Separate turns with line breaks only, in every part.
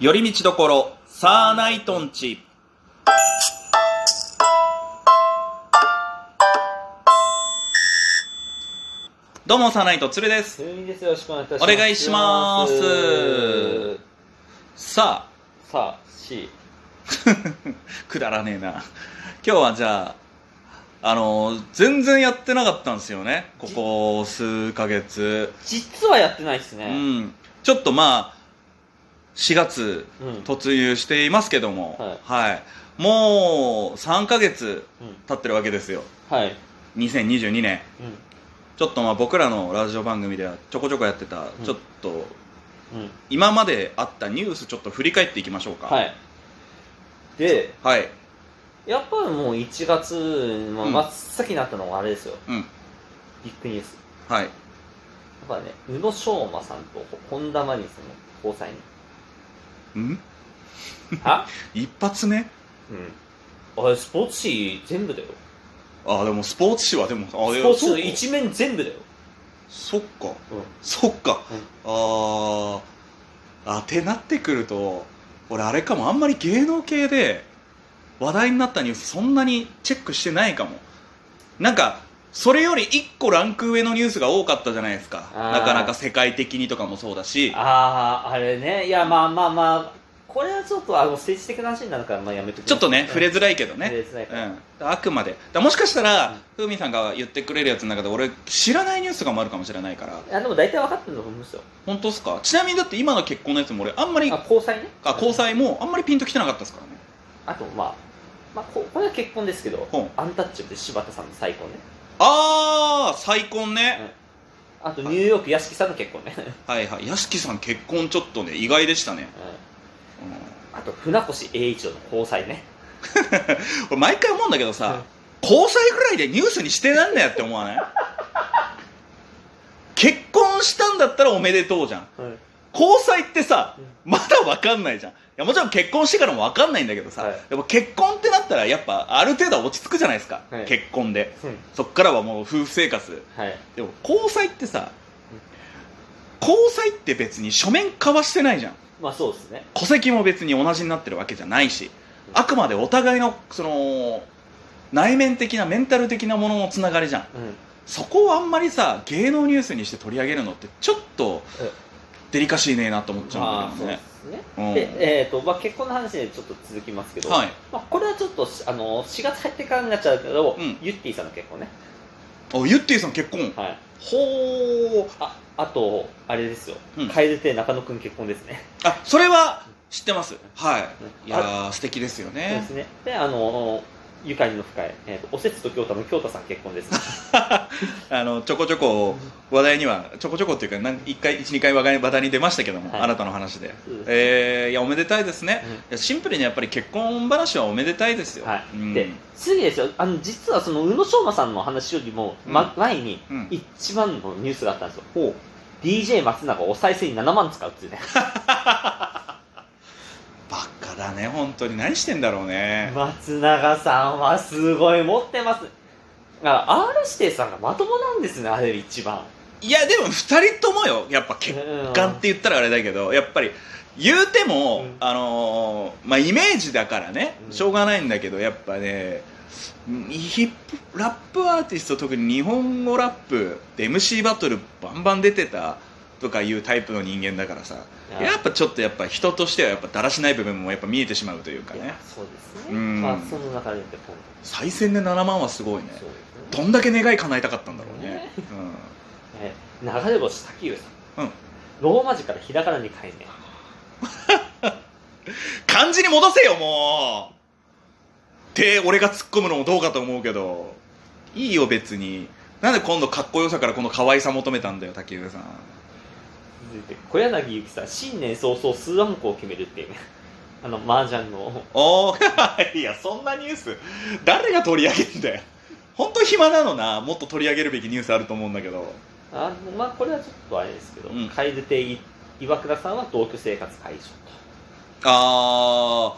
寄り道どころサーナイトンチどうもサーナイトつるです
すみですよろしくお願いいたし
お
ます
願いしますさあ
さあ C
くだらねえな今日はじゃああの全然やってなかったんですよねここ数ヶ月
実はやってないっす
う
ね
んちょっとまあ4月
うん、うん
突入していますけども、
はい
はい、もう3ヶ月経ってるわけですよ
はい、うん、
2022年ちょっとまあ僕らのラジオ番組ではちょこちょこやってた、
うん
ちょっと
うん、
今まであったニュースちょっと振り返っていきましょうか
はいで
はい
やっぱりもう1月、まあ、
うん
真っ先になったのがあれですよ、
うん
ビッグニュース
はい
やっぱね宇野昌磨さんと本田真凜さんの交際に
ん
は
一発目
うんあれスポーツ紙全部だよ
ああでもスポーツ紙はでもあい
ス
や
ポーツ
そう
紙一面全部だよ、
そっか
うん、
そっか、あああてなってくると俺あれかもあんまり芸能系で話題になったニュースそんなにチェックしてないかもなんかそれより1個ランク上のニュースが多かったじゃないですか
あー
なかなか世界的にとかもそうだし
あああれねいやまあまあまあこれはちょっとあの政治的な話になるから、まあ、やめとき
ちょっとね触れ
ず
づらいけど
触
ね
れづらいか
う
ら、
ん、あくまでだもしかしたら、
うん
ふうみさんが言ってくれるやつの中で俺知らないニュースとかもあるかもしれないから
いやでも大体分かってると思うんですよ
本当ですかちなみにだって今の結婚のやつも俺あんまり
あ
あ
交際ね
交際もあんまりピンときてなかったですからね
あとまあ、まあ、ここれは結婚ですけど
ほん
アンタッチャブル柴田さんの再婚ね
ああ再婚ね、
あとニューヨーク屋敷さんの結婚ね、
はいはい屋敷さん結婚ちょっとね意外でしたね、
う
うん
ん、あと船越英一郎の交際ね
俺毎回思うんだけど
はい
さ、交際ぐらいでニュースにしてなんだよって思わない結婚したんだったらおめでとうじゃん
はい
交際ってさ
うん
まだ分かんないじゃんいやもちろん結婚してからも分かんないんだけどさ、
はい
でも結婚ってなったらやっぱある程度は落ち着くじゃないですか、
はい
結婚でそっからはもう夫婦生活
はい
でも交際ってさ交際って別に書面交わしてないじゃん
まあそうですね
戸籍も別に同じになってるわけじゃないしあくまでお互いのその内面的なメンタル的なもののつながりじゃん
うん
そこをあんまりさ芸能ニュースにして取り上げるのってちょっと
え
デリカシーねえなと思っちゃ
ま
う
あ
んだ
そう
けど
で
ね
すね、
うん
で、えーとまあ、結婚の話でちょっと続きますけど、
はい
まあ、これはちょっとしあの4月入ってからになっちゃうけど、
うん
ゆってぃさんの結婚ね、
あゆってぃさん結婚
はい、
ほう
ああとあれですよ、
うん
楓亭中野くん結婚ですね
あそれは知ってますはい
うん
いやー素敵ですよ
そうで
ね
すねであのゆかりの深い、えーとおせつと京太の京太さん結婚ですね
あのちょこちょこ話題にはちょこちょこっていうかなん一回12回話題話題に出ましたけども、
はい
あなたの話で、
そうですね
えーいやおめでたいですね、
うん
いやシンプルにやっぱり結婚話はおめでたいですよ、
はい
うん
で次ですよあの実はその宇野昌磨さんの話よりも、ま前に
うん
一番のニュースがあったんですよ、DJ 松永お賽銭に7万使うっていうね
バカだね本当に何してんだろうね、
松永さんはすごい持ってますあ R 指定さんがまともなんですねあれ一番
いやでも2人ともよやっぱ結
ガ
婚って言ったらあれだけどやっぱり言うても、
うん
あのーまあイメージだからね
うん
しょうがないんだけどやっぱねヒップラップアーティスト特に日本語ラップで MC バトルバンバン出てたとかいうタイプの人間だからさやっぱちょっとやっぱ人としてはやっぱだらしない部分もやっぱ見えてしまうというか
い
ね
やそうです
う
ね
ん
まあその中でって今
再選で7万はすごいね
そうですね
どんだけ願い叶えたかったんだろうね
ね、
うん、
え流れ星滝上さん
うん
ローマ字からひらがなに変えね
漢字に戻せよもうって俺が突っ込むのもどうかと思うけどいいよ別になんで今度かっこよさからこの可愛さ求めたんだよ滝上さん
続いて小柳ゆきさん新年早々数アンコを決めるっていうね あの麻雀の
おー いやそんなニュース誰が取り上げんだよ本当暇なのなもっと取り上げるべきニュースあると思うんだけど
あまあこれはちょっとあれですけど、
うん
楓亭岩倉さんは同居生活解消
あ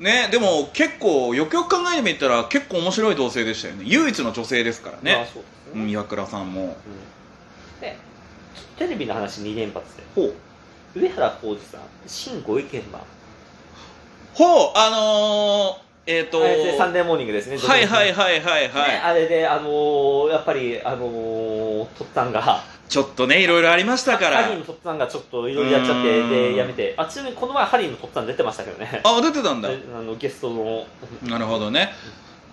ーねでも結構よくよく考えてみたら結構面白い同性でしたよね唯一の女性ですから
とまあ
ね、
そうです
うん
ね、
岩倉さんも
うんでテレビの話2連発で
ほう
上原浩二さん、新ご意見番。
ほうあのー、えっ、と
あれでサンデーモーニングですね、
はいはい
ね
はいはいはい、
あれで、あのーやっぱり、あのー、とっつぁんが、
ちょっとねいろいろありましたか
ハリ
ら
ーのとっつぁんがちょっといろいろやっちゃって、
うーん
で、やめて。あ、ちなみにこの前、ハリーのとっつぁん出てましたけどね。
あ出てたんだ
であのゲストの、
なるほどね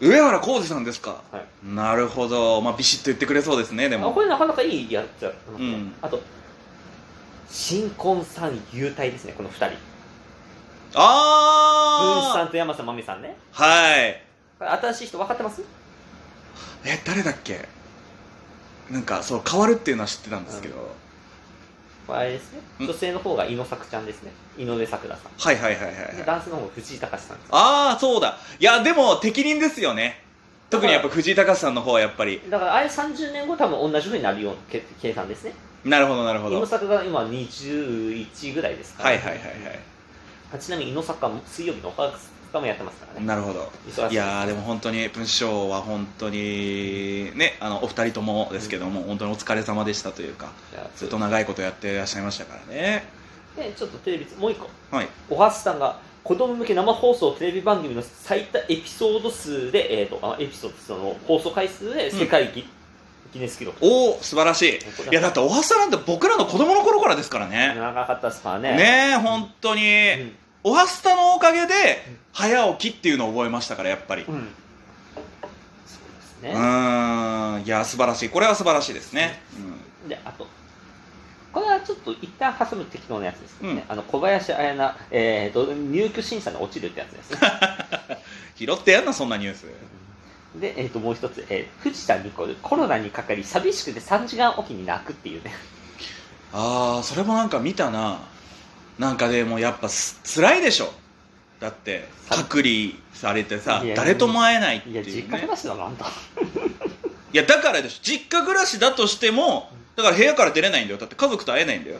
上原浩二さんですか、
は
なるほどまあビシッと言ってくれそうですねで
あこ
も
れなかなかいいやつだったのかな
うん
あと、新婚さん優待ですね、この二人。文枝さ
あ
んと山瀬まみさんね。
あはい
これ新しい人分かってます
え誰だっけなんかそう変わるっていうのは知ってたんですけど、
これあれですね。
うん
女性の方が井野作ちゃんですね。井上咲楽さん。
はいはいはいはいはい
で、男性の方が藤井隆さんです。
ああそうだいやでも適任ですよね特にやっぱ藤井隆さんの方はやっぱり
だからあれ30年後多分同じ風になるようなけ計算ですね。
なるほどなるほ
井
どは
野
い
作が今21ぐらいですから、
はいはいは
あちなみに井野作は水曜日のおはがかもやってますから
い
ね。
なるほど
忙し
いやーでも本当に文章は本当にねあのお二人ともですけども、本当にお疲れ様でしたというか
いや
ずっと長いことやっていらっしゃいましたからね
で、ちょっとテレビ、もう一個。
はい
おはすさんが子供向け生放送テレビ番組の最多エピソード数で、えー、とあエピソードその放送回数で世界ギ,、ギネス記録
おお素晴らしいいやだっておはさなんて僕らの子供の頃からですからね
長かったですからね
ねえ本当に、おはスタのおかげで早起きっていうのを覚えましたからやっぱりう
うん、うんそうですね、
ーんいや素晴らしいこれは素晴らしいですね、
であとこれはちょっと一旦挟む適当なやつですけどね、
う
あの小林彩菜、えー、と入居審査に落ちるってやつですね
拾ってやんなそんなニュース
で、えー、ともう一つ、えー藤田ニコルコロナにかかり寂しくて3時間おきに泣くっていうね
ああそれもなんか見たななんかでもやっぱす辛いでしょだって
さ
隔離されてさ
いや
誰とも会えないって
いや
い
実
う、
家暮
ね、
らしだなあんた
いやだからでしょ実家暮らしだとしてもだから部屋から出れないんだよだって家族と会えないんだよ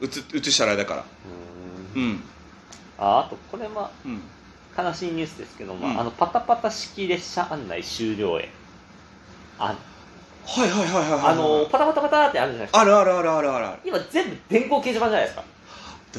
うつうつしたらあれだから
う
うんん
ああとこれは
うん
悲しいニュースですけども、
うん
あのパタパタ式列車案内終了へあ
はいはいはいはいはい、はい、
あのパタパタパタってあるじゃないですか
あるあるあるあるあるある
今全部電光掲示板じゃないですか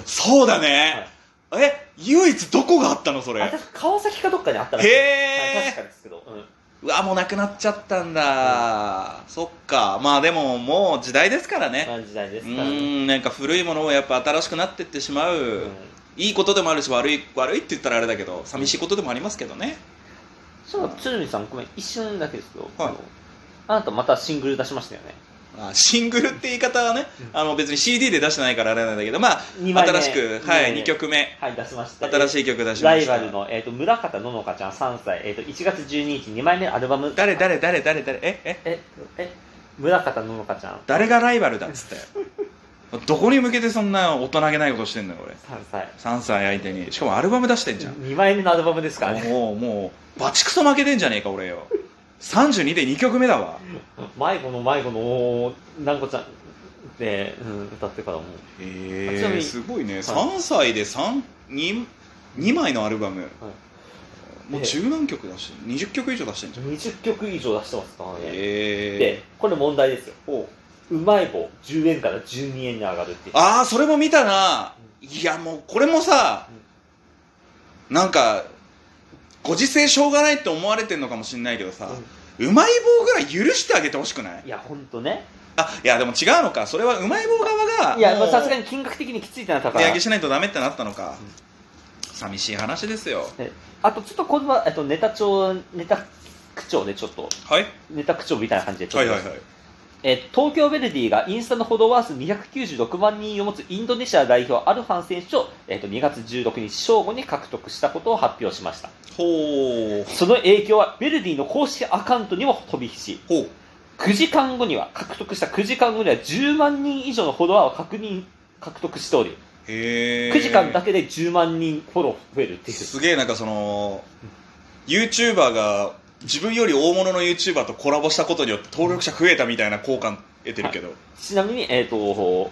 そうだね、え唯一どこがあったのそれ
あ
へ
確か川崎かどっかにあったらしいはい確
え、
かですけど、うん
うわもうなくなっちゃったんだ、そっかまあでももう時代ですからね
な時代で
う
すからね
ーんなんか古いものもやっぱ新しくなってってしまう、
うん
いいことでもあるし悪い悪いって言ったらあれだけど寂しいことでもありますけどね
そう鶴見さんごめん一瞬だけですけど、
はい
あのあなたまたシングル出しましたよね
あシングルって言い方はね、
うん
あの別に CD で出してないからあれなんだけどまあ
二枚目
新しく、
二枚
はい、
目
2曲目
はい出しました
新しい曲出しま
ライ
した
バルの、えー、と村方ののかちゃん3歳、えー、と1月12日2枚目アルバム
誰誰誰誰誰ええ
ええ村方ののかちゃん
誰がライバルだっつったよどこに向けてそんな大人げないことしてんのよ俺
3歳
3歳相手にしかもアルバム出してんじゃん
2枚目のアルバムですからね
もうもうバチクソ負けてんじゃねえか俺よ32で2曲目だわ
迷子の迷子の南子ちゃんで、うん、歌ってからもうあちな
へ
み
え
に
すごいね3歳で2枚のアルバム、もう十何曲出して20曲以上出してんじゃん
20曲以上出してますからね、
へ
で
え
これ問題ですよ
おう
うまい棒10円から12円に上がるっていう
ああそれも見たないやもうこれもさなんかご時世しょうがないって思われてんのかもしんないけどさ、うまい棒ぐらい許してあげてほしくない
いやほんとね
あいやでも違うのかそれはうまい棒側が
いや
もう
さすがに金額的にきついってなったか
値上
ら
げしないとダメってなったのか、
うん
寂しい話ですよ
あとちょっと今度は、えっと、ネタ帳ネタ口調でちょっと
はい
ネタ口調みたいな感じでちょっ
はいは
と、
いはい
えー東京ベルディがインスタのフォロワー数296万人を持つインドネシア代表アルファン選手を、えー、と2月16日正午に獲得したことを発表しました
ほう
その影響はベルディの公式アカウントにも飛び火し
ほう
9時間後には獲得した9時間後には10万人以上のフォロワーを確認獲得しており
へえ
9時間だけで10万人フォロー増えるっていう
すげえなんかその YouTuber が自分より大物の YouTuber とコラボしたことによって登録者増えたみたいな好感得てるけど、
ちなみに、えー、と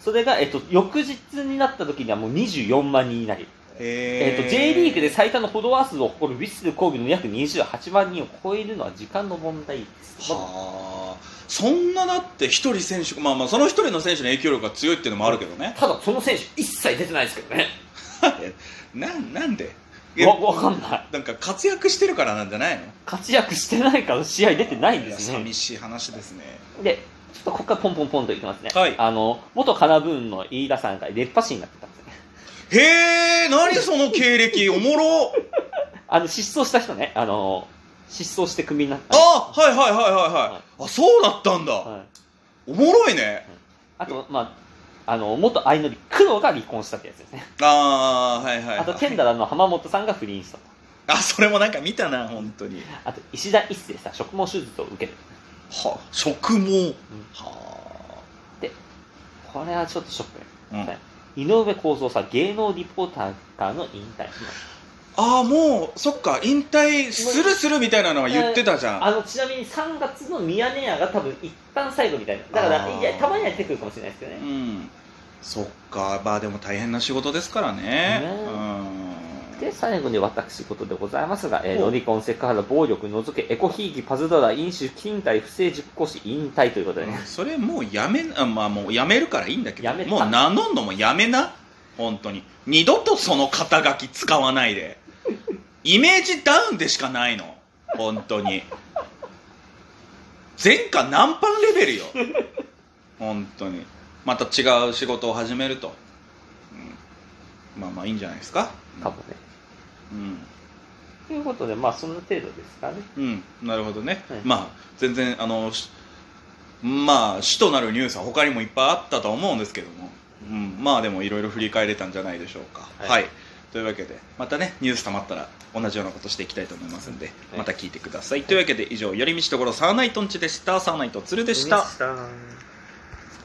それが、えー、と翌日になった時にはもう24万人になりえ
へ
ー、と J リーグで最多のフォロワー数を誇るウィッスル神戸の約28万人を超えるのは時間の問題です。まあ
はあそんなだって一人選手まあまあその一人の選手の影響力が強いっていうのもあるけどね
ただその選手一切出てないですけどね
ななんでいや
わわかんない
なんか活躍してるからなんじゃないの
活躍してないから試合出てないんです
や
ね
寂しい話ですね
でちょっとここからポンポンポンといきますね、
はい
あの元カナブーンの飯田さんが熱波師になってたんですね
へえ何その経歴おもろ
あの失踪した人ねあの失踪してクビになった
あはいはいはいはい
は
はいあそうだったんだ
はい
おもろいね
あと、まあ、あの元相乗り工藤が離婚したってやつですね
ああはいはい、はい、
あとケンダラの浜本さんが不倫したと
あそれもなんか見たな本当に
あと石田一世さ植毛手術を受ける
は食毛は
これはちょっとショックね
あ、うん
はい井上公造さん芸能リポーターからの引退
ああもうそっか引退するするみたいなのは言ってたじゃん、
あのちなみに3月のミヤネ屋が多分一旦最後みたいなだから
あー
いやたまには出てくるかもしれないですけどね
うんそっかまあでも大変な仕事ですからね
ね
うん
で最後に私事でございますが、えー、
お
ロリコン、セクハラ、暴力、除け、エコひいき、パズドラ、飲酒、勤怠、不正塾講師、引退ということでね、
それもうやめあまあもうやめるからいいんだけど
やめた
もう名乗んのもやめな本当に二度とその肩書き使わない でイメージダウンでしかないの本当に前科難ンパンレベルよ本当にまた違う仕事を始めると、うんまあまあいいんじゃないですか
多分ね。
うん
ということで、まあ、そんな程度ですかね。
うん、なるほどね、
はい
まあ全然あのしまあ主となるニュースは他にもいっぱいあったとは思うんですけども、うん、まあでもいろいろ振り返れたんじゃないでしょうか
は
はいい、というわけでまたねニュースたまったら同じようなことしていきたいと思いますんで、また聞いてください、というわけで以上「寄り道ところサーナイトンチ」でしたサーナイトツルでした
た。